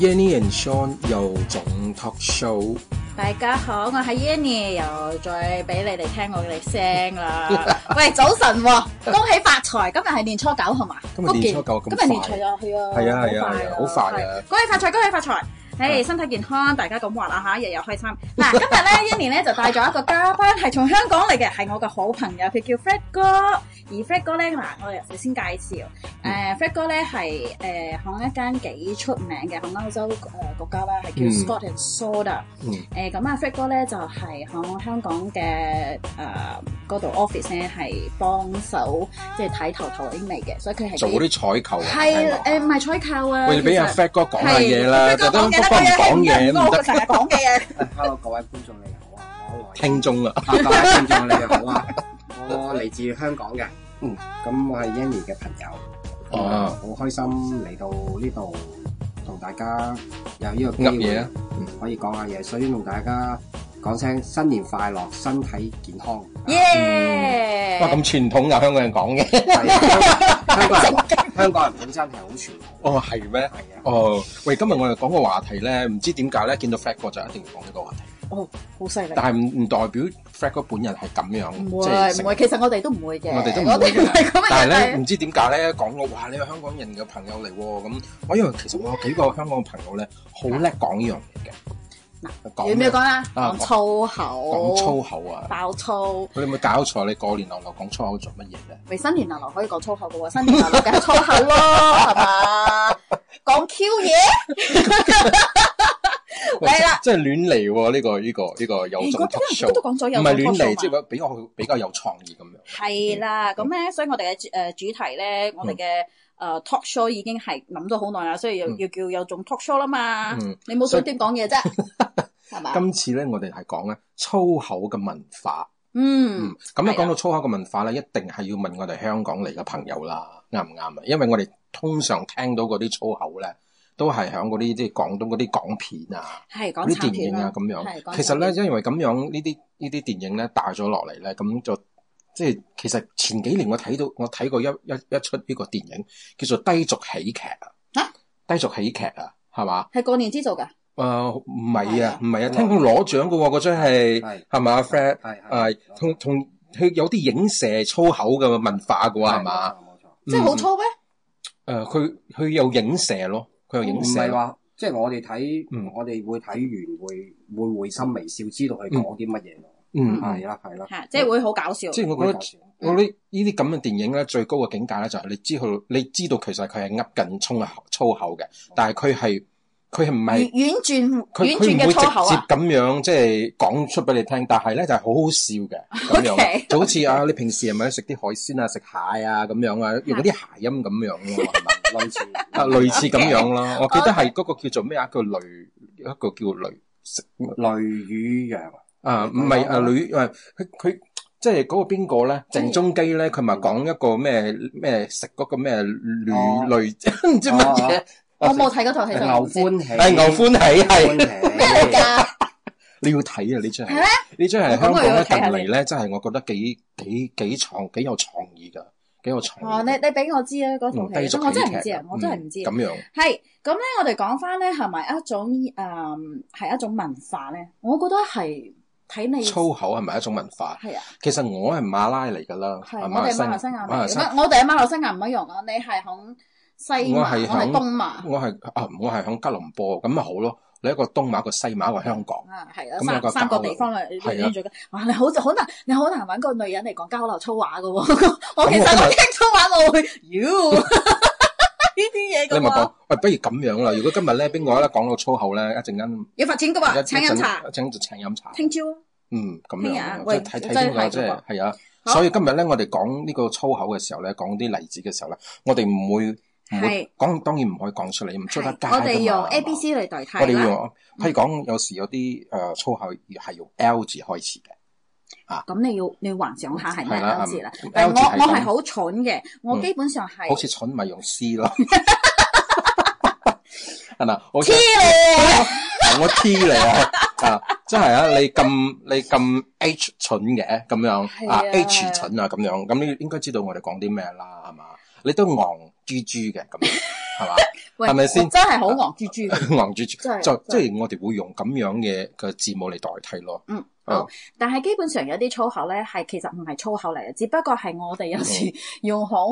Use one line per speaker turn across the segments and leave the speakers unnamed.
Yanny and Sean 又總 talk show，
大家好，我係 Yanny，又再俾你哋聽我哋聲 啦。喂，早晨喎，恭喜發財！今日係年初九係嘛？
今日年初九咁
今日年初
快
九係啊，
係啊係啊係啊
好
好快
快
啊
係恭喜發財，恭喜發財！誒，身體健康，大家咁話啦嚇，日日開心。嗱， 今日咧 Yanny 咧就帶咗一個嘉賓，係從香港嚟嘅，係我嘅好朋友，佢叫 Fred 哥。而 Fred 哥咧嗱，我哋首先介紹。誒、Fred 哥咧係誒響一間幾出名嘅響歐洲誒、呃、國家啦，係叫
嗯
Scott and Soda。
嗯
誒咁啊，Fred 哥咧就係響香港嘅誒嗰度 office 咧係幫手即係睇頭頭嗰啲味嘅，所以佢係
做嗰啲採購啊聽
係
落
誒唔係採購啊。
喂，你俾阿
其實
Fred 哥講下嘢啦，
係 Fred
特
哥
登
講
不
嘅
不唔講嘢
嘢啦，
唔
佢
得，
成日 講嘅嘢。
Hello，各位觀眾你好啊，我來
聽眾啦，
啊，各位觀眾你好啊，我嚟自香港嘅，
嗯，
咁我係欣怡嘅朋友，
哦
好開心嚟到呢度同大家有呢個機
噏
會
嘢啊嗯
可以講下嘢，所以同大家講聲新年快樂，身體健康。
耶！
哇咁傳統啊，香港人講嘅，
係啊香港人，香港人本身係好傳統，
哦係咩？
係啊，
哦，喂，今日我哋講個話題咧，唔知點解咧，見到 Fred 哥就一定要講呢個話題，
哦，好犀利。
但係唔唔代表 Fred 哥本人係咁樣，
唔
即係
會
成
唔會，其實我哋都唔會嘅。
我哋都唔會嘅
係咁嘅
但係咧，
人
唔知點解咧，講我哇，你係香港人嘅朋友嚟喎，咁我因為其實我有幾個香港嘅朋友咧，好叻講呢樣嘢嘅，
嚟，要唔要講啊？
啊
講粗口，
講粗口啊！
爆粗。
佢有冇搞錯？你過年流流講粗口做乜嘢 咧？
咪新年流流可以講粗口嘅喎，新年流流梗係粗口 咯，係嘛？講 Q 嘢，
喂
係啦
即係亂嚟喎！呢個呢個呢個有
如
種
果
talk
啲
show，
人個個都講咗有
唔係亂嚟，即
係
係比嗯較比較有創意咁樣。
啊係啦。咁咧，所以我哋嘅主誒主題咧，我哋嘅誒 talk show 已經係諗咗好耐啦，所以要
嗯
要叫有種 talk show 啦嘛。
嗯，
你冇
所以
想點講嘢啫，係嘛？
今次咧我哋係講咧粗口嘅文化。
嗯
嗯，，咁咧
係啦啊
講到粗口嘅文化咧，一定係要問我哋香港嚟嘅朋友啦，啱唔啱啊？因為我哋通常聽到嗰啲粗口咧，都係響嗰啲即係廣東嗰啲港片啊、
係
嗰
講
啲
殘
電
片
影啊
啦，
咁樣。
係講
其實
殘
咧，
片
因為咁樣呢啲呢啲電影咧大咗落嚟咧，咁就即係其實前幾年我睇到我睇過一一一出呢個電影叫做《低俗喜劇》啊
啊，
低俗喜劇啊，係嘛？
係過年之做㗎，
嗯誒唔係啊，唔係啊，
係啊
聽講攞獎嘅喎，嗰張係
係
係嘛，Fred？
係
誒，同同佢有啲影射粗口嘅文化嘅喎，係嘛？？
冇錯。
即係好粗咩？
嗯。誒，佢佢有影射咯，佢有
唔
影射
係。話，即係我哋睇，
嗯
我哋會睇完會會會心微笑，知道佢講啲乜嘢咯。
嗯，
係啦係啦，
係即係會好搞笑。
即係我覺
會
得
搞笑
嗯
我呢呢啲咁嘅電影咧，最高嘅境界咧就係你知佢，你知道其實佢係噏緊粗口粗口嘅，但係佢係佢係唔
婉婉
係
轉婉
佢佢
轉
唔
嘅
會直
粗口
接
啊！
咁樣即係講出俾你聽，但係咧就係好好笑嘅 咁樣，
OK
就好似啊你平時係咪食啲海鮮啊、食蟹啊咁樣啊，用嗰啲諧音咁樣咯，係嘛？
類 似
啊，類似咁樣啦。我記得係嗰個叫做咩啊？個雷一個叫雷
雷雨陽
啊，唔係啊女啊，佢佢即係嗰個邊個咧？鄭中基咧，佢咪講一個咩咩食嗰個咩女
哦
雷唔知乜嘢？
我冇睇嗰套戲，所以我
牛
唔知
歡喜，
係牛歡喜係，
咩嚟
歡喜。
㗎？
你要睇啊！呢出係
係咩
呢出係香港
我要
咧近
睇下
嚟咧，真係我覺得幾幾幾創幾有創意㗎，幾有
哦，
創
你
意。
你俾我知啊，嗰套
嗯低
戲，
俗
我真
喜劇
係唔知啊，我真係唔知。
嗯咁樣。
係咁咧，我哋講翻咧，係咪一種誒係一種文化咧？我覺得係睇你
粗啊口係咪一種文化？
係啊，
其實我係馬拉嚟㗎啦，
係
啊
我哋馬來西亞
馬來西亞
唔我哋喺馬來西亞唔一樣啊！你係響西馬，
我
我
係響
係東馬啊，
我係啊，我係響吉隆坡，咁咪好咯。你一個東馬，一個西馬，一個香港，
係啊，
咁有個
三三個
交流
地方嚟
係啊
嚟做嘅。哇！你好好難，你好難揾個女人嚟講交流粗話嘅喎。 我其
咁我今日
實我聽粗話我會妖 呢啲
你
嘢嘅
咪
喎
講，喂，不如咁樣啦。如果今日咧，邊個咧講到粗口咧，一陣間
要罰錢嘅喎，
一
請飲茶
一。陣一陣就請飲茶。
聽朝啊
嗯，咁
聽日啊
樣
喂
即係睇睇
真
邊
係
個，
係
即係
喎
係啊。
好
所以今日咧，我哋講呢個粗口嘅時候咧，講啲例子嘅時候咧，我哋唔會唔會講，當然唔可以講出嚟，唔出得街㗎
係我哋用
嘛
A、B、C 嚟代替
我哋要
啦。嗯
用，譬如講有時有啲誒粗口係用 L 字開始嘅
咁你要你要幻想下係咩
係啦
L 字啦？
咁
但
，L
我
字係
我係
講
好蠢嘅，我基本上係
好似蠢咪用 C 咯， 係咪？我
黐你
我 T 你 啊！啊，真係啊！你咁你咁 H 蠢嘅咁樣
係
啊
啊
，H 蠢啊咁樣，咁你應該知道我哋講啲咩啦，係嘛？你都昂豬豬嘅咁樣， 係嘛？
喂
係咪先
我真係好昂豬豬嘅。
昂豬
真
豬
係
就即
真係
係我哋會用咁樣嘅嘅字母嚟代替咯。
嗯，
啊
好，但係基本上有啲粗口咧，係其實唔係粗口嚟嘅，只不過係我哋有
嗯
時用好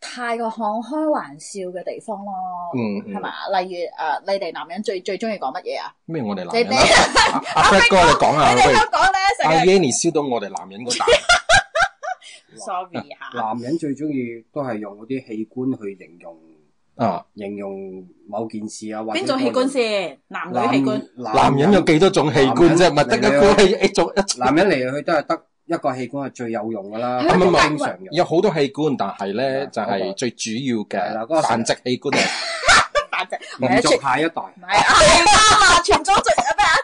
太過慷開玩笑嘅地方咯，
嗯
係
嗯，
嘛？例如誒，你哋男人最最中意講乜嘢啊？
咩我哋男
你
人
哋
啊 啊阿 Fred 哥你講下
你哋
啊喂，
香港咧
阿
成日
Yanny 燒到我哋男人 嗰啖，
sorry 嚇，
男人最中意都係用嗰啲器官去形容
啊！
形容某件事啊，或者
邊種器官先？男
男
女器官。
男人有幾多種器官啫？咪得一個器一種一
男人嚟去都係得一個器官係最有用噶啦，
係啊
咁
咁啊
經常用。
有好多器官，但係咧
嗯
就係最主要
係啦嗰
嘅
個
繁殖器官嚟。
繁殖，唔係
延
啊，
續
全
下一代，
唔係啊， 係啊，全咗最咩啊？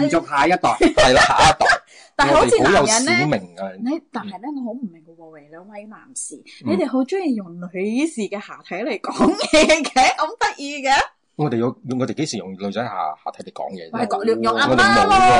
延續下一代。
係 啦，下一代。
但係好似
我哋
男
好有
人
使
咧，
命啊！
你但係咧，我好唔明嘅喎，喂，兩位男士，你哋好中意用女士嘅下體嚟 講嘢嘅，咁得意嘅，
我哋要我哋幾時用女仔下下體嚟講嘢
我
啫
係？講用用阿
我哋
媽
冇
咯，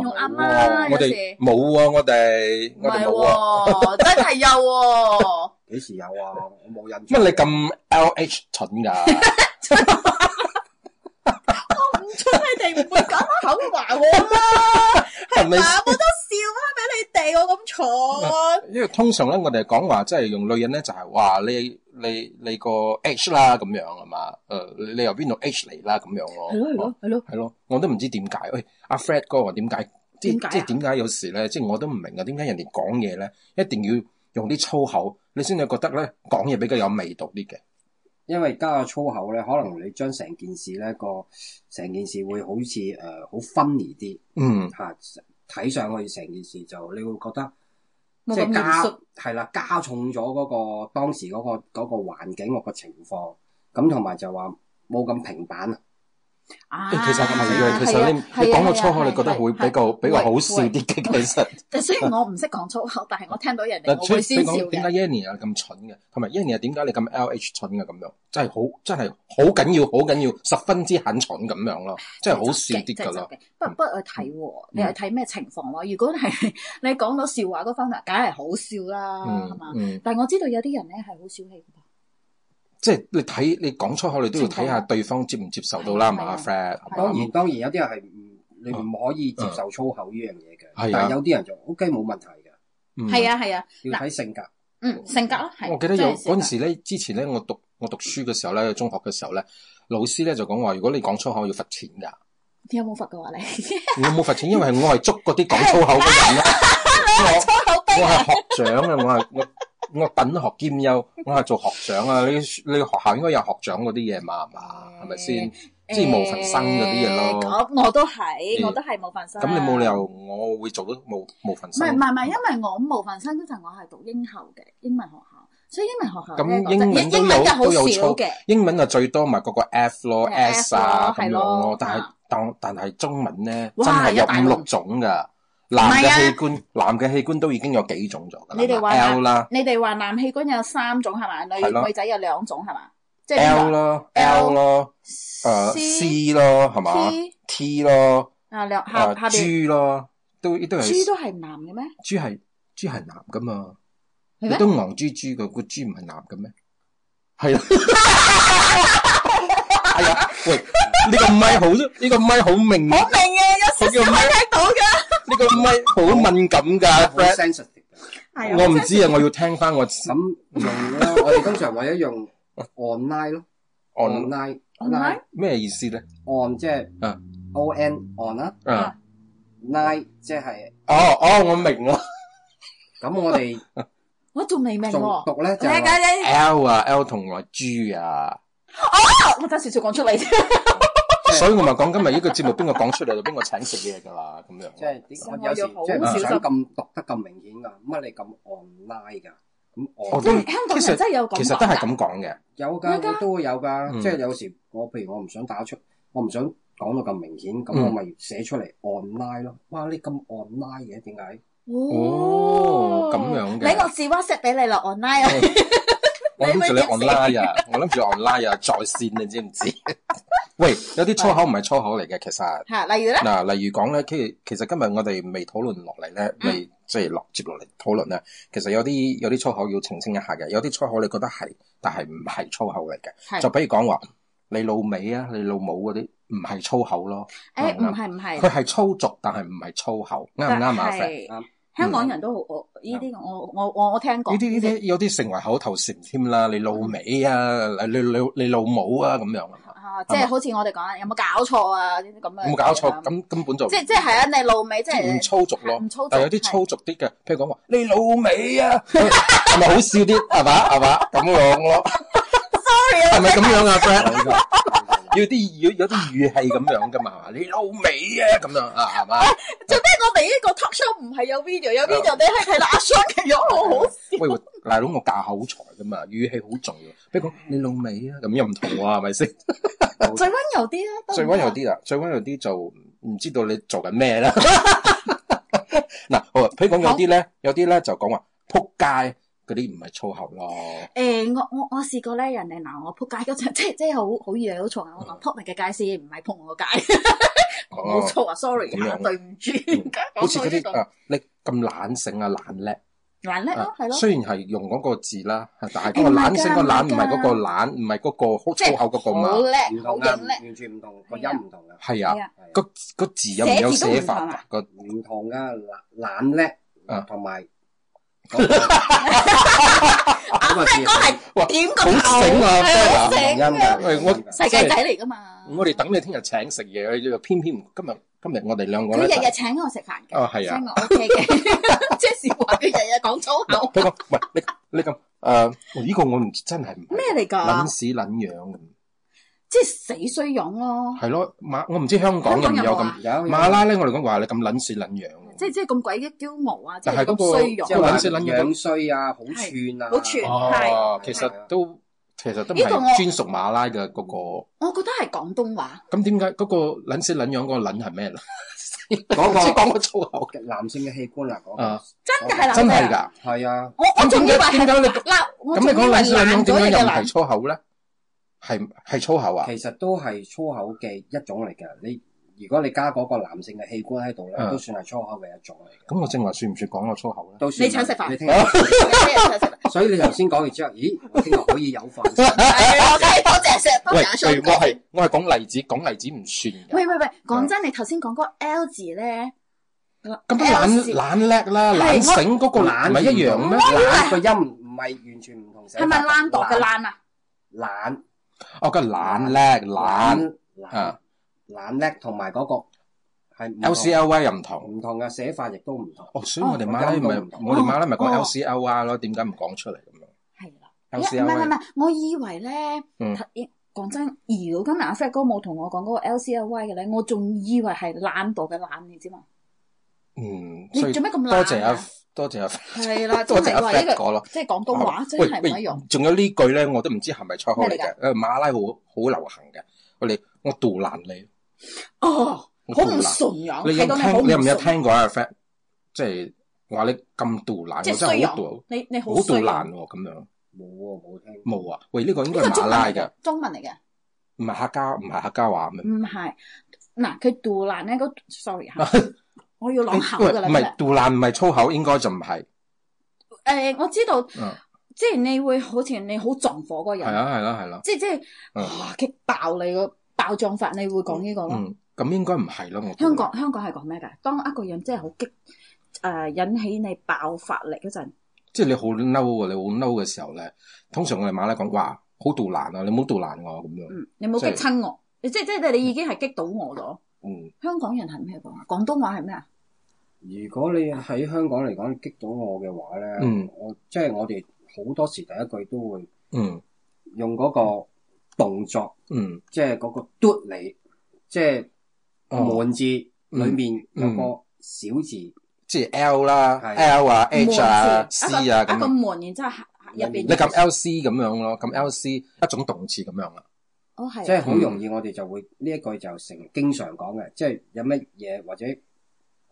喎
用阿媽有
我
時
哋。冇啊！我哋
唔
我哋
係
冇啊！
喎，真係有喎，
幾時有啊？我冇印
乜
象。
你咁 L H 蠢 㗎？
我唔出你哋唔會講口話我啦，
係咪
嗱我都笑翻俾你哋，我咁蠢，
因為通常咧，我哋講話即係用女人咧，就係話你你你個 H 啦咁樣係嘛？誒、你你由邊度 H 嚟啦咁樣咯。
係咯係咯係咯。
係咯，我都唔知點解。喂、阿 Fred 哥話點解？即
點解啊
即點解有時咧，即我都唔明啊，點解人哋講嘢咧一定要用啲粗口，你先至覺得咧講嘢比較有味道啲嘅。
因為加個粗口咧，可能你將成件事咧個成件事會好似誒好分離啲
嗯，
嚇，睇上去成件事就你會覺得
冇
即
咁
係
嚴
加
肅。
係啦，加重咗嗰個當時嗰個嗰個環境嗰個情況，咁同埋就話冇咁平板啊，
啊
其實係
係啊
嘅，其實你
係啊
你講個
係啊
粗口，
係啊
你覺得
係啊
會比較
係啊
比較好
喂
笑啲 嘅。其實
喂雖然我唔識講粗口，但係我聽到 人哋
嗱，
我
所以
會
你
先笑
講點解
嘅。
Yanny 啊咁蠢嘅，同埋 Yanny 啊點解你咁 LH 蠢嘅咁樣，真係好真係好緊要，好緊要，十分之很蠢咁樣咯，真係好笑啲㗎嗯啦。嗯
真係真嘅不不過去睇喎，你係睇咩情況咯？如果係 你講到笑話嗰方面，梗係好笑啦，係
嗯
嘛？
嗯，
但係我知道有啲人咧係好小氣㗎。
即係你睇你講粗口，你都要睇下對方接唔接受到啦，係嘛
係啊
阿，Fred 係
當
嘛。
然當然有啲人係唔你唔可以接受粗口呢樣嘢嘅，
係啊
但啊係有啲人就 O K 冇問題嘅，
嗯
係啊係啊，
要睇性格。
嗯，性格咯，係。
我記得有
真係性
嗰
格
陣時咧，之前咧我讀我讀書嘅時候咧，中學嘅時候咧，老師咧就講話，如果你講粗口要罰錢㗎。
你有冇罰過啊我你？粗
我冇罰錢，因為我係捉嗰啲講粗口嘅人 咧。我
口低
我
啊！
係學長啊，我係我我品學兼優，我係做學長啊。你你學校應該有學長嗰啲嘢嘛，係嘛？係咪先？ 即係無份生嗰啲嘢咯 嗯
誒咁我都係，我都係冇份生。
咁你冇理由我會做到冇冇份
唔係
生
唔。係唔係，因為我冇份生嗰陣，我係讀英校嘅英文學校，所以英文學校
咁
咧講真
英文都有
英文就好
都有
少嘅。
英文啊最多咪嗰個 F 咯、
係
S 啊
F
咁樣
咯係
咯
咯，
但係
啊
但但係中文咧
哇
真係有
一大輪
五六種㗎。男
唔係啊
嘅器官，男嘅器官都已經有幾種咗㗎啦。
你哋話
L 啦
你哋話男器官有三種係嘛？
係咯
女女仔有兩種係嘛？即係邊
，L
個
咯
L
，L 咯，誒
C
C 咯，係嘛
T
？T 咯。
啊兩下下
誒
邊
豬咯，都都係
豬都係男嘅咩？
豬係豬係男噶嘛？
係
你
咩
都昂豬豬嘅，個豬唔係男嘅咩？ 係啊，係啊，喂，呢個咪好，呢個咪好敏，
我明嘅，有少少可以聽到嘅。
呢個咪好敏感噶
好
Fred。
sensitive 嘅
係啊
我唔知啊，我要聽翻我
咁用咯，我哋通常為咗用 online 咯
on
，online
Online？
咩意思咧？
on 即係
啊
o n on 啦
啊，
，nine 即係
哦哦，我明啦
咁我哋
我仲未明
仲
喎。
讀咧就
你解
係話
解，
，L 啊，L 同埋豬啊，
我等少少講出嚟啫。
所以我咪講今日呢個節目邊個講出嚟就邊個請食嘢噶啦，咁樣。
即係啲
我
有時
要好
即係唔
小
想
心
咁讀得咁明顯㗎，乜你咁 online 㗎？咁
我
我
都
香港人真係有咁
其實都係
講
咁
㗎
講嘅。
有
有㗎
㗎，都會有㗎。
嗯
即係有時我譬如我唔想打出，我唔想講到咁明顯，咁
嗯
我咪寫出嚟 online 咯。哇！你咁 online 嘅點解？
哦咁樣嘅
你我自 WhatsApp 俾你啦，online 啊。
我諗住你 online 啊，我諗住 online 啊，在線你知唔知？ 喂，有啲粗口唔係粗口嚟嘅，其實
吓，例如咧，
嗱，例如講咧，其其實今日我哋未討論落嚟咧，
嗯
未即係落接落嚟討論咧，其實有啲有啲粗口要澄清一下嘅，有啲粗口你覺得係，但係唔係粗口嚟嘅。
係
就比如講話你老味啊，你老母嗰啲唔係粗口咯，
诶，
啱唔啱？
唔係唔係，
佢係粗俗，但係唔係粗口，啱 唔啱啊？
但
Fred？
係
啱
香港人都好，我呢啲我我我我聽過
呢啲呢啲有啲成為口頭禪添啦，你老味啊，你你老你老母啊咁樣啊嘛，
啊，即係好似我哋講有冇搞錯啊？呢啲咁樣
有冇搞錯？咁根本就
即即係啊，你老味即
唔
係
粗俗咯
唔粗俗，
但係有啲粗俗啲嘅，譬如講話你老味啊，係咪好笑啲？係嘛係嘛咁樣咯，
sorry 啊
係咪咁樣啊 friend？
冇錯冇錯
要啲要有啲語氣咁樣噶嘛，係嘛你老味啊咁樣啊係嘛？
做咩我哋呢個 talk show 唔係有 video 有 video，你
啊
係睇到阿 Sean 嘅樣好好笑。
喂，大佬我教口才噶嘛，語氣好重要。譬如講你老味啊，咁又唔同喎，係咪先？
最温柔啲啊啦，
最温柔啲啦，最温柔啲就唔唔知道你做緊咩 啦。嗱，好啊，譬如講有啲咧，有啲咧就講話撲街嗰啲唔係粗口咯，
誒，我我我試過咧，人哋鬧我撲街嗰陣，即即係好好易好嘈啊！我
嗯
講撲你嘅街先，唔係撲我嘅街，我冇錯啊，sorry
哦咁
啊，
樣
對唔住，
嗯好
講
似
錯
嗰
呢
啲
個
啊，你咁懶性啊，懶叻
難叻咯，係
啊，
咯。
雖然係用嗰個字啦，但係
誒
嗰個
唔係㗎
懶性個懶唔係嗰個
唔
懶，唔係嗰個好
即係
粗口嗰個
好
嘛，
叻，
唔
好
同
勁叻，
㗎，完全唔同，個音唔同㗎，
係
係
啊
啊，
係
個個字有唔有
寫字都唔
寫法
同
㗎
啊？
個
唔同㗎，懶叻
啊
同埋嗰
阿
個
f
字
r 哥係
哇，
點個
好
頭，
醒啊
係好
唔同音
醒啊，
㗎，
喂我
世界仔嚟噶嘛。
我哋等你聽日請食嘢，你就偏偏唔今日今日我哋兩個
佢
咧就
日日請我食飯嘅，
哦係啊
所以。我 OK 嘅。 即是話佢日日講粗口，
佢講：「喂，你你咁誒，呢個我唔知真係唔係
咩啊嚟㗎
撚？屎撚樣咁，
即係死衰樣咯，
係咯馬，我唔知香港有唔有咁
香
有
馬拉咧，我哋講話你咁撚屎撚樣，
即係即係咁鬼嘅驕傲啊，即
但
係
係嗰
咁
個
衰
即係
樣。
話樣衰啊，好串啊，
好串
哦
係，
其實都其實都唔
呢個我
係專屬馬拉嘅嗰
我覺得係廣東話。
個，咁點解嗰個撚屎撚樣嗰個撚係咩咧？
嗰
即係
個
講個粗口
男性嘅器官啊，嗰
啊
個，
真嘅係男
真係
仔啊！
㗎。
係啊，
我我仲以為
點
係
解你
嗱，我
咁
仲以
你講
為
撚屎撚
爛
樣
咗
點解
嘅
又唔
爛
係，粗口咧？係係粗口啊？
其實都係粗口嘅一種嚟嘅。你如果你加嗰個男性嘅器官喺度咧，
嗯
都算係粗口嘅一種嚟嘅。
咁我正話算唔算講個粗口咧？
都算
你請食 飯
你聽下
係係
所以你頭先講完之後，咦，我聽日可以有飯 食。
係係多謝石，多
喂，
謝阿
譬
Sean
如
哥
我係我係講例子，講例子唔算嘅。
喂喂喂，講真，你頭先講嗰個 L 字咧，
咁都
L
懶
字
懶叻啦，
係
懶醒嗰個懶唔係一樣咩？
懶個音唔係完全唔同寫法。
係咪爛惰嘅爛啊？
懶？
哦，個懶叻懶
懶懶懶
啊
懶叻，同埋嗰個係唔同
LCLY 又唔同。
唔同嘅寫法，亦都唔同。
哦，所以我哋馬拉咪
哦
我哋馬拉咪講
哦
LCLY 咯，點解唔講出嚟咁樣
係啦，唔係唔係唔
？LCLY
係，我以為咧
嗯，
講真，如果今日阿 Fred 哥冇同我講嗰個 L C L Y 嘅咧，我仲以為係懶惰嘅懶，你知嘛？
嗯，
你
所以
做咩咁懶啊
多謝阿多謝阿
係啦，真
多謝
係
阿
話呢
Fat
個
哥咯。
即係廣東話真
喂
係唔
喂
一樣。
仲有呢句咧，我都唔知係咪粗口嚟
咩嚟
嘅。誒，馬拉好好流行嘅。我哋我杜爛你，
哦，
我杜
好唔
爛。
順樣，
你有
睇到好唔
聽？你有唔有
順
聽過阿 Fat？即係話你咁杜爛，我
即係
真
衰
係好
樣
杜
你你好
好杜
衰
爛
樣。
喎咁樣。
冇喎，冇聽過。
冇啊！喂，呢、個應該係
呢個
馬
中文
拉
嚟
嘅
嘅，，中文嚟嘅，
唔係客家，唔係客家話咩？
唔係嗱，佢杜蘭咧嗰 ，sorry 嚇，我要朗口
喂
㗎啦
唔
今日
係。杜蘭，唔係粗口，應該就唔係。
誒，我知道，
嗯
即係你會好似你好撞火嗰個
係
人，
啊，係啦，係啦。
即係即係
嗯
哇激爆你個爆漲法，你會講呢個咯。
嗯，咁應該唔係咯。我估
香港香港係講咩㗎？當一個人真係好激誒引起你爆發力嗰陣，
即係你好嬲啊喎，你好嬲嘅時候咧，通常我哋馬拉講哇，好杜蘭啊，你唔好杜蘭我咁樣。
嗯，你冇激
即係
親我，你即係即係你已經係激到我咗。
嗯，
香港人係咩講啊？廣東話係咩啊？
如果你喺香港嚟講你激到我嘅話咧，
嗯
我即係我哋好多時第一句都會
嗯，
用嗰個動作，
嗯，
即係嗰個嘟你，即係
哦，嗯
滿字裏面有個小字，
即係 L 啦
係
，L 啊，H 啊
門字
，C 啊
一個一個
咁。
門，然之後入入
你
邊
呢
撳 L C 咁樣咯，撳 L C 一種動詞咁樣啦。
哦係啊，
即係好容易我哋就會呢一句就成經常講嘅，即係有乜嘢或者誒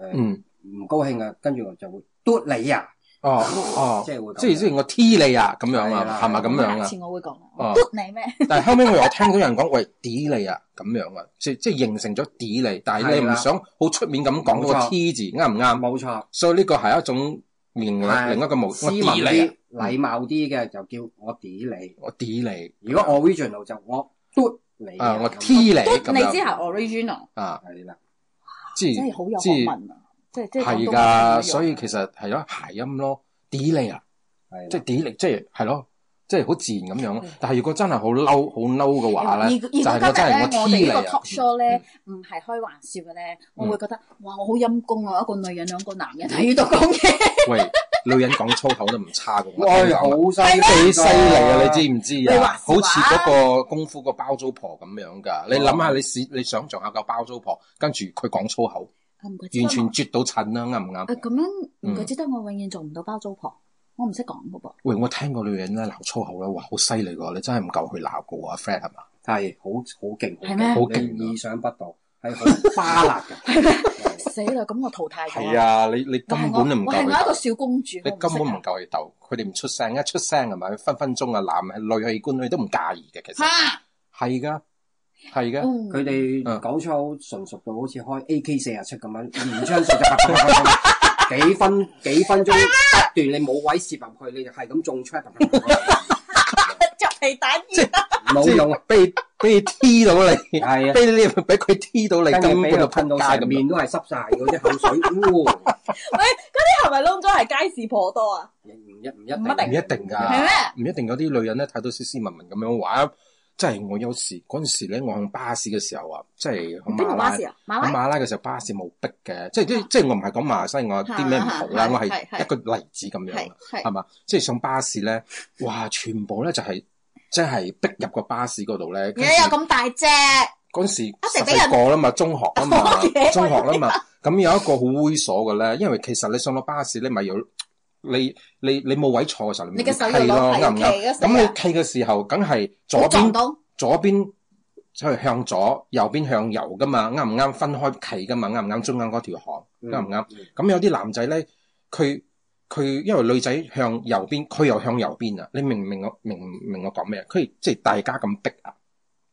嗯，
唔高興啊，跟住我就會嘟你啊，
哦哦
即，係會咁樣
即係即係我 T 你啊咁樣
係
啊，
啦
係咪咁樣
下
啊？
次我會講啦，
哦
我篤你咩？
但係後尾我又聽到有人講喂 D 你啊咁樣啊，即即係形成咗 D 你，但係你
係
唔
啦
想好出面咁講嗰
冇
個
錯
T 字啱唔啱？
啊冇錯，
所以呢個係一種另
係
另一個模
斯
我 D
文
你啊
啲、禮貌啲嘅就叫我屌你。
我 D 你，
如果 original 就我嘟你
啊我 T 你咁
篤你之
樣
後 original，
啊，
係啦，
即
真
係
係好有
即
學
係
問啊！即係即係
係
廣東話
㗎，所以其
實
實係咯諧音咯，D 你啊。
係
即
即
係啲力，即係係咯，即係好自然咁樣咯
嗯。
但係如果真係好嬲、好嬲嘅話
而
咧，
如
就
果
係我真係我
今日
T
咧，
你
我哋呢個
啊
talk！show 咧，唔係開玩笑嘅咧，我會覺得哇，我好陰公啊！一個女人兩個男人喺度講 嘢，
喂，女人講粗口都唔差嘅，我聽
係
講
好犀
幾
利，
犀利啊！你知唔知
你
啊
話？
好
事話
似嗰個功夫個包租婆咁樣㗎。你諗下，你試你想象下個包租婆，跟住佢講粗口，
啊唔怪之得
完
我
全絕到襯啦，啱唔
啊
啱？
咁樣，唔怪
嗯
之得我永遠做唔到包租婆，我唔識講嘅噃。
喂，我聽過女人咧鬧粗口咧，哇，好犀利㗎！你真係唔夠佢鬧嘅喎，Fred 係嘛？
係好好勁，
係咩
好勁啊
你意想不到，係好巴 辣嘅。
死啦！咁我淘汰咗
係。啊，你你
我
根
係
本都唔
我，我
夠佢
係我一
鬥
個。小公主，
你
我
根本
識
唔夠佢鬥，佢哋唔出聲，一出聲係咪分分鐘啊男女器官佢都唔介意嘅，其實
啊
係噶，係
嚇
噶，
嗯
佢哋
嗯
講粗口純熟到好似開 AK 四十七咁樣，連槍射 得幾分幾分鐘不斷，你冇位攝入去，你就係咁中槍，
着皮蛋衣
即
冇用啊
係。俾俾佢 T 到你，
係啊，
俾你俾佢 T 到你，
跟
根本
住俾
就
佢
噴
噴
到
到
街
成
咁樣。
面都係濕晒嗰啲口水，喎，
係咪窿咗係街市婆多啊？
唔一唔一
唔
定，
唔
一定
一定㗎
係咩？
唔一定有啲女人咧睇到斯斯文文咁樣玩，即係我有時嗰陣時咧，我向巴士嘅時候啊，即係響
邊
馬
個
拉
巴士啊？馬
喺
拉
馬拉嘅時候，巴士冇逼嘅，即係即係即係我唔係講馬來西
啊
亞啲咩唔好啦，
係
我
係
係
係
一個例子咁樣
係。
係
係
嘛？即係上巴士咧，哇！全部咧就係即係逼入個巴士嗰度咧。
你有咁大隻，
嗰陣時
一
十
定俾人
四個啦嘛，中學 啊嘛
Okay，，
中學啦嘛。咁有一個好猥瑣嘅咧，因為其實你上到巴士咧，咪有你你你冇位坐嘅時候，
你
咪
嘅手
會企
要
咯，
攞
啱
係
唔啱？
企嘅
咁你企嘅時候，梗係左
好撞
邊
到
左邊即係向左，右邊向右噶嘛，啱唔啱？分開企噶嘛，啱唔啱？中間嗰條巷
Ừ.
啱唔啱？
嗯？
咁有啲男仔咧，佢佢因為女仔向右邊，佢又向右邊啊！你明唔明我明唔明我講咩？佢即係大家咁逼啊！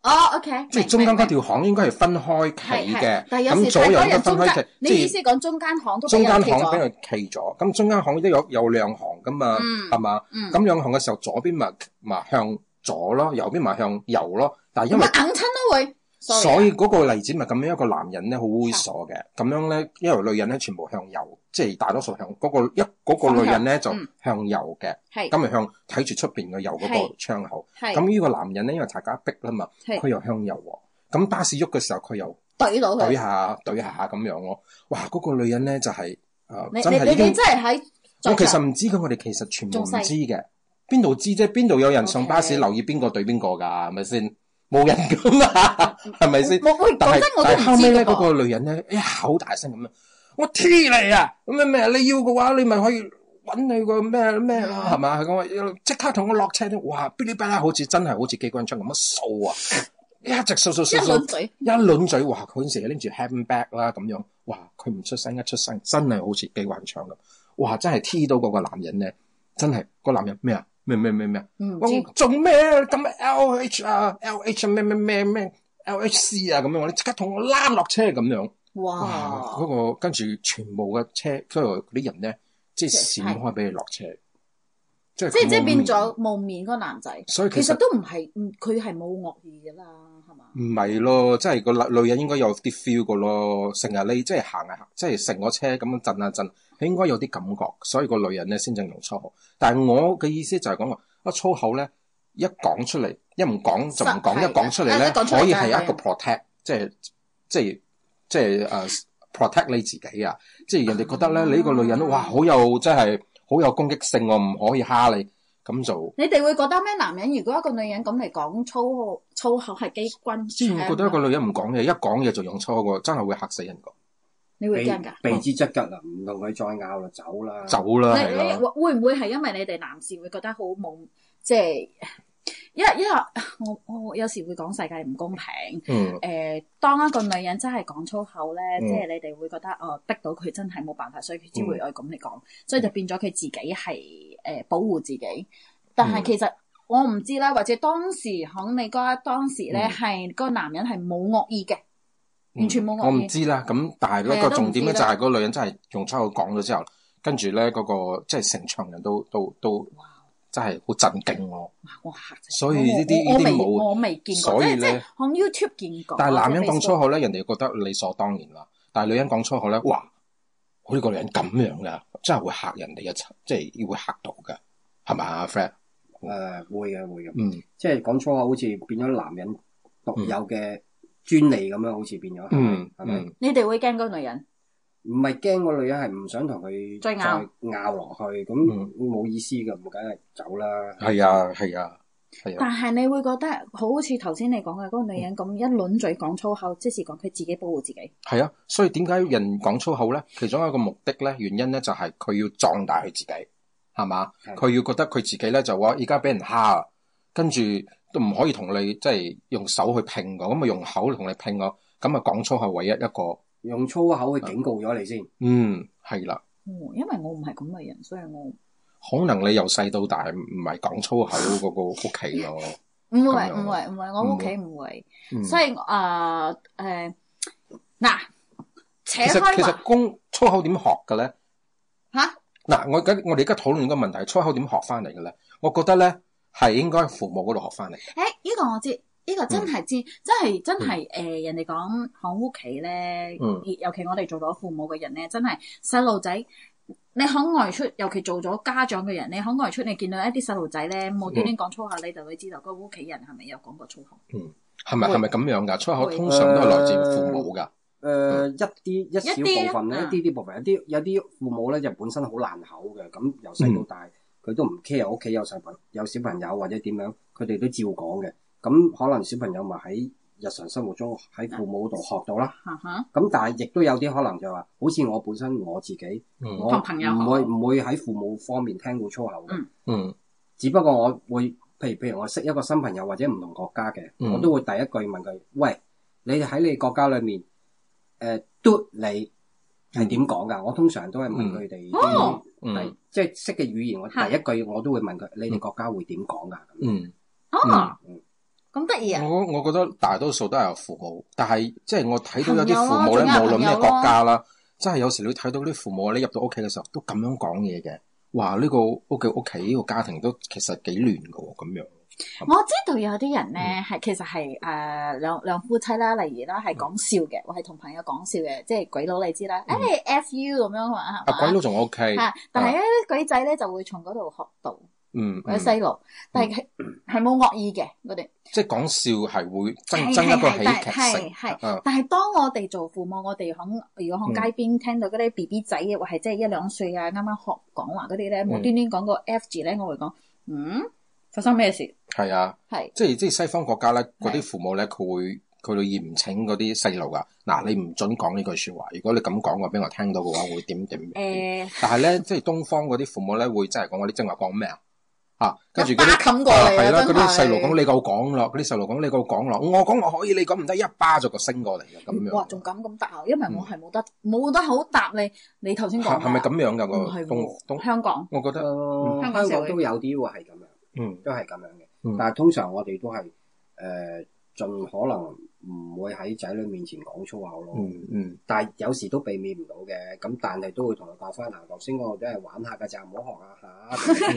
哦，OK，
即係中間嗰條巷應該係分開
係
企
係
嘅，
但係有
咁
時
左
睇
右
嗰
應該
人
分
中
開
間
企，，
你意
即
思講中間行都俾
中
人
間
企
巷俾
咗，
佢企咗。咁中間巷都有有兩行噶嘛，
嗯
係嘛？
嗯，
咁兩行嘅時候，左邊咪咪向左咯，右邊咪向右咯。但係因為
咁硬親都會，
所
以
以嗰個例子咪咁樣一個男人咧好猥瑣嘅，咁樣咧，因為女人咧全部向右，即係大多數向嗰、個一嗰、個女人咧就
方向嗯
向右嘅，
係
咁咪向睇住出邊嘅右嗰個窗口。
係
咁呢個男人咧，因為大家逼啦嘛，
係
佢又向右喎。咁巴士喐嘅時候，佢又
懟到
懟
佢。
下懟下咁樣咯。哇！嗰、個女人咧就係、呃
你
真
你
係已
你你
經，
真係喺
我
在
其實
場
唔知嘅，我哋其實全部唔
仲細
知嘅，邊度知啫？邊度有人上
OK
巴士留意邊個懟邊個㗎？係咪先？冇人㗎 嘛，係咪先？
我喂
但
講
係
真我
但係
都
後
唔知
尾咧，
嘅
嗰
噃。
個女人咧一口大聲咁樣，我 T 你啊！咁咩咩你要嘅話，你咪可以揾你個咩咩
嗯
啦，係嘛？佢講話即刻同我落車咧，哇！噼里啪啦，好似真係好似機關槍咁樣掃啊！一直掃掃
一
掃掃
輪，嘴，
一輪嘴，哇！佢嗰時拎住 handbag 啊啦咁樣，哇！佢唔出聲，一出聲真係好似機關槍咁，哇！真係 T 到嗰個男人咧，真係個男人咩啊？咩咩咩咩啊？
唔
我
知
做咩咁 L H 啊，L H 咩咩咩咩 L H C 啊咁樣，你即刻同我攬落車咁樣。哇！
哇
嗰、個跟住全部嘅車，嗰度嗰啲人咧，即係閃開俾你落車，即係
即係即係
冇
變
面
咗。蒙面嗰個男仔，
所以其
其
實
實都唔係，唔佢係冇惡意噶啦，係嘛？
唔係咯，即係個女女人應該有啲 feel 個咯，成日你即係行啊行，即係成個車咁樣震下震，佢應該有啲感覺，所以個女人咧先正用粗口。但係我嘅意思就係講話，啊粗口咧一講出嚟，一唔講就唔講，
實係
一講出嚟
啊
咧
一講出嚟
可以係
就係
一個 protect，即係即係即係誒 protect 你自己啊！即係人哋覺得咧，
啊
你呢個女人哇好有真係好有攻擊性，我唔可以蝦你，咁就。
你哋會覺得咩？男人如果一個女人咁嚟講粗口，粗口係啊機關
之前我覺得一個女人唔講嘢，一講嘢就用粗口，真係會嚇死人個，
你會驚㗎？
避之則吉啦，唔同佢再拗啦，走啦。
走啦
你
啊係
你
啦，
會會唔會係因為你哋男士會覺得好冇即係因為因 為我我有時會講世界唔公平。
嗯
誒、當一個女人真係講粗口咧，
嗯
即係你哋會覺得哦，逼到佢真係冇辦法，所以佢只會愛咁嚟
嗯
講，所以就變咗佢自己係誒、保護自己。
嗯
但係其實我唔知啦，或者當時響你嗰一當時咧，
嗯
係、個男人係冇惡意嘅，
嗯
完全冇惡意
我唔知啦，咁但係
係
呢
啊
個重點咧
都唔
就
知啦
係嗰個女人真係用粗口講咗之後，跟住咧嗰個即係成場人都都都
哇
真係好震驚我。
哇！我嚇死
所以呢啲
我我我
呢啲
未
冇
我未見過，
所
即
以
係即係
咧
響 YouTube 見過。
但係男人
或者
講粗口咧，人哋覺得理所當然啦。但係女人講粗口咧，哇！我呢個女人咁樣噶，真係會嚇人哋嘅，即係會嚇到噶，係咪啊，Fred？
誒會嘅會嘅，
嗯
即係講粗口好似變咗男人獨有嘅專利咁樣，好似變咗。
嗯
係咪
嗯
你哋會驚嗰個女人？
唔係驚個女人係唔想同佢
再
再
拗
拗落去，
嗯
咁冇意思㗎，咁梗係走啦。
係啊係啊係啊，
但係你會覺得好似頭先你講嘅嗰個女人
嗯
咁一輪嘴講粗口，即是講佢自己保護自己。
係啊，所以點解人講粗口咧？其中一個目的咧，原因咧就係佢要壯大佢自己，係嘛？
係
佢要覺得佢自己咧就話依家俾人蝦啊，跟住都唔可以同你即係用手去拼我，咁啊用口同你拼我，咁啊講粗口唯一一個，
用粗口去警告咗你先，
嗯係啦。
哦，因為我唔係咁嘅人，所以我
可能你由細到大唔係講粗口嗰個屋 企咯，
唔會
樣
唔會唔會，我屋企唔會，
嗯
所以誒誒嗱，
其
扯
實其
開
實
話
公粗口點學嘅咧？
嚇，
嗱，我而家我哋而家討論個問題，粗口點學翻嚟嘅咧？我覺得咧係應該父母嗰度學翻嚟。
誒呢個我知。呢個
嗯
真係知，真係真係誒、人哋講響屋企咧，
嗯
尤其我哋做咗父母嘅人咧，真係細路仔，你響外出，尤其做咗家長嘅人，你響外出，你見到一啲細路仔咧無端端講粗口，你就會知道嗰個屋企人係咪有講過粗口。
係咪
會
係咪咁樣㗎？粗口
會
通常都係來自父母㗎。
誒、呃一啲一小部分咧，
一啲
一
啊
啲啲部分，有啲有啲父母咧就本身好爛口嘅，咁由細
嗯
到大佢、都唔 care 屋企有細朋有小朋友或者點樣，佢哋都照講嘅。咁可能小朋友咪喺日常生活中喺
啊
父母度學到啦。
哈哈，
咁但係亦都有啲可能就話，好似我本身我自己，
嗯
我
同朋友學
唔會唔會喺父母方面聽過粗口嘅。
嗯
嗯
只不過我會，譬如譬如我識一個新朋友或者唔同國家嘅，
嗯
我都會第一句問佢：喂，你喺你國家裏面，誒嘟你係點講㗎？我通常都係問佢哋
嗯
啲
哦，
嗯
即係識嘅語言，我
係
第一句我都會問佢：你哋國家會點講㗎？
嗯，
哦，咁得意啊！
我我覺得大多數都係由父母，但係即係我睇到有啲父
朋
母
友咯
咧，
仲有啊
無論
朋
咩
友咯
國家啦，真係有時你睇到啲父母咧入到屋企嘅時候都咁樣講嘢嘅。哇！呢個屋企屋企呢個家庭都其實幾亂㗎喎，咁樣。
啊我知道有啲人
嗯
咧係其實係誒、呃、兩兩夫妻啦，例如啦係講笑嘅，或係同朋友講笑嘅，即係鬼佬你知啦，誒、
嗯
F U 咁樣嘛，
啊，鬼佬仲 OK，
係，但係咧鬼仔咧就會從嗰度學到
啊嗯，
或者
嗯
細路，但係係冇惡意嘅我哋，
即係講笑係會增
係
增一個
係
喜
係
劇
係
性，
係
嗯
但係當我哋做父母，我哋響如果響街邊聽到嗰啲 B B 仔，或係即係一兩歲啊，啱啱學講話嗰啲咧，無端端
嗯
講個 F 字咧，我會講嗯發生咩事
係啊，
係。
即係即係西方國家咧，嗰啲
係
父母咧，佢會佢會嚴懲嗰啲細路噶。
嗯
嗱，你唔准講呢句説話，如果你咁講嘅話，俾我聽到嘅話，會點點。點
誒，
但係咧，即係東方嗰啲父母咧，會真係講我啲正話講咩啊？啊，跟住
一
嗰
巴
啲
冚過
啊
嚟
係啦，嗰啲細路講
講
你夠講咯，嗰啲細路講你夠講咯，我講我可以，你講唔得，一巴就個升過嚟嘅咁
哇，
樣嗯
仲。敢咁答啊？因為我係冇得冇得好答你，你頭先講啊
係係咪咁樣㗎？
唔
個
係
東
喎，
東，
香港
我覺
誒、
得
香港
嗯香
社會
港都有啲會係咁樣，
嗯
都係咁樣嘅。
哦嗯
但係通常我哋都係誒、呃盡可能唔會喺仔女面前講粗口咯。
嗯嗯
但係有時都避免唔到嘅，咁但係都會同佢教翻嗱，頭先我都係玩下㗎咋，唔好學下嚇。
嗯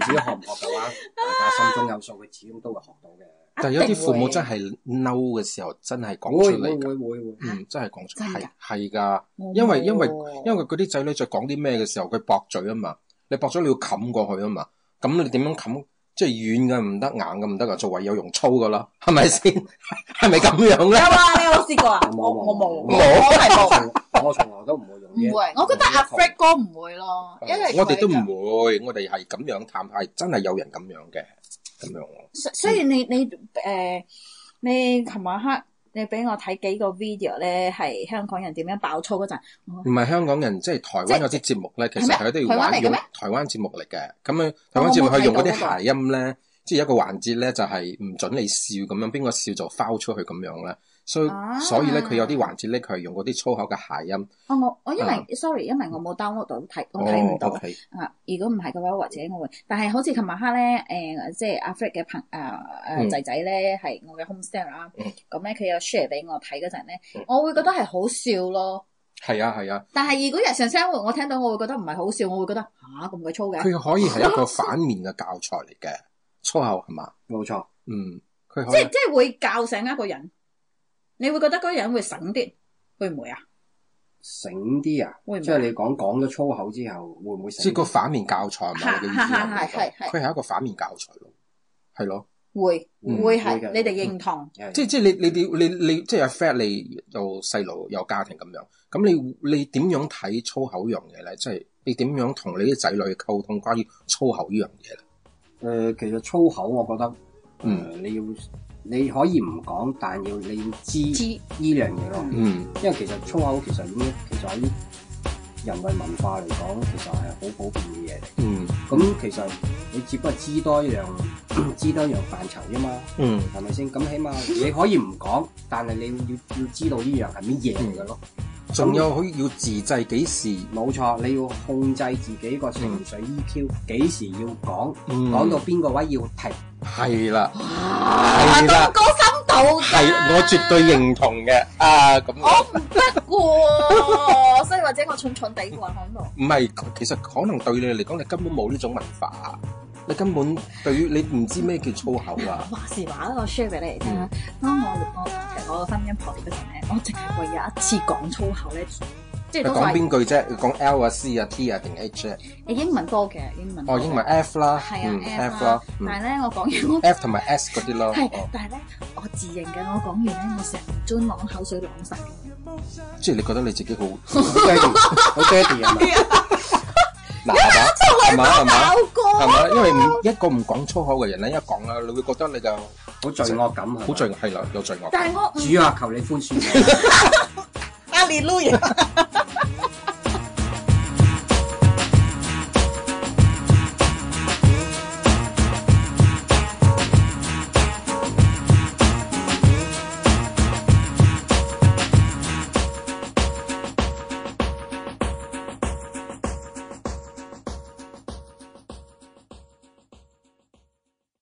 至於學唔學 嘅話，大家心中有數，佢始終都會學到嘅。
但係有啲父母真係嬲嘅時候，真係講
會
出嚟
會會
㗎，
會會，
嗯，真係講出
啊
係
真㗎
係㗎，
我冇，
因為因為因為嗰啲仔女再講啲咩嘅時候，佢駁嘴啊嘛，你駁嘴你要冚過去啊嘛，咁你點樣冚？即係軟嘅唔得，硬嘅唔得㗎，就唯有用粗㗎啦，係咪先？ 係咪咁樣
有
咧？
啊，你有冇試過啊？
冇
我我冇，
冇
我係冇，
我從來都唔會用
唔
呢一。
會。我覺得阿 Fred 哥唔會咯，因為
啊我哋都唔
佢就
會，我哋係咁樣探，係真係有人咁樣嘅，咁樣喎。
所所以你你誒，你琴晚黑你俾我睇幾個 video 咧，係香港人點樣爆粗嗰陣，我
唔係香港人，即係台
即
灣
係
有啲節目咧，其實
係咩
佢都要
台灣嚟
玩
嘅
用
咩
台灣節目嚟嘅。咁樣台灣節目
我冇睇
佢用嗰啲
到嗰個
諧音咧，即係一個環節咧，就係唔準你笑咁樣，邊個笑就 foul 出去咁樣咧。所以、
啊
所以咧，佢有啲環節咧，佢係用嗰啲粗口嘅諧音。
哦，我我因
啊
為 sorry，因為我冇 download 到睇，我
哦
睇唔到。
，OK，
啊，如果唔係嘅話，或者我會，但係好似琴日黑咧，誒、即係阿 Fred 嘅朋啊
嗯
誒仔仔咧，係我嘅 homestyle 啦
嗯。
咁咧佢有 share 俾我睇嗰陣咧
嗯，
我會覺得係好笑咯。
係啊係啊，
但係如果日常生活我聽到，我會覺得唔係好笑，我會覺得吓咁鬼粗嘅
佢。可以係一個反面嘅教材嚟嘅，粗口係嘛？
冇錯，
嗯，佢
即
可以
係即係會教醒一個人，你會覺得嗰個人會醒啲，會唔會啊？
醒啲啊！
會唔
即係
會
你
啊？
講講咗粗口之後，會唔會
即
醒
係個反面教材係嘛？你嘅意思
係係係係
係佢係一個反面教材咯，係咯。
會
嗯
會
會
係
嘅
你哋認同
啲？
即係即係你你哋你你即係 fat 你有細路有家庭咁樣，咁你你點樣睇粗口呢樣嘢咧？即係你點樣同你啲仔女溝通關於粗口呢樣嘢咧？
誒、呃其實粗口我覺得，誒、
嗯
你要你可以唔講，但要你要知
知
呢樣嘢咯。
嗯
因為其實粗口其實已經其實喺人類文化嚟講，其實係好普遍嘅嘢嚟。
嗯
咁其實你只不過知多一樣， 知多一樣範疇啫嘛，
嗯
係咪先？咁起碼你可以唔講，但係你要要知道呢樣係乜嘢嚟嘅咯。
仲有可以要自制幾時？
冇錯，你要控制自己個情緒 EQ，幾時要講，
嗯
講到邊個位要停。
係啦，
啊，
係啦
咁高深度㗎
係我絕對認同嘅啊！咁樣
我唔得喎，所以或者我蠢蠢地喎喺度。
唔係，其實可能對你嚟講，你根本冇呢種文化，你根本對於你唔知咩叫粗口啊！
話時話啦，我 share 俾你哋聽啦。
嗯
當我我其實我婚姻破裂嗰陣咧，我淨係會有一次講粗口咧，即係都
講
係
邊句啫？講 L 啊、C 啊、T 啊定 H 啊？
英文多嘅英文多
哦，
嘅。
英文 F 啦，
係
嗯
啊 F 啦
啦，，嗯
但係咧我講嘢我
F 同埋 S 嗰啲咯。
係
哦，
但係咧我自認嘅，我講完咧我成樽朗口水朗晒。
即係你覺得你自己好
好爹哋，好爹哋啊嘛！
嗱係嘛係嘛係嘛
有
係
過，
嘛？因為唔一個唔講粗口嘅人咧，一講啦，你會覺得你就好
好罪惡感，好
罪係啦，有罪惡。
但係我唔
主啊，求你寬恕我。
阿列路亞，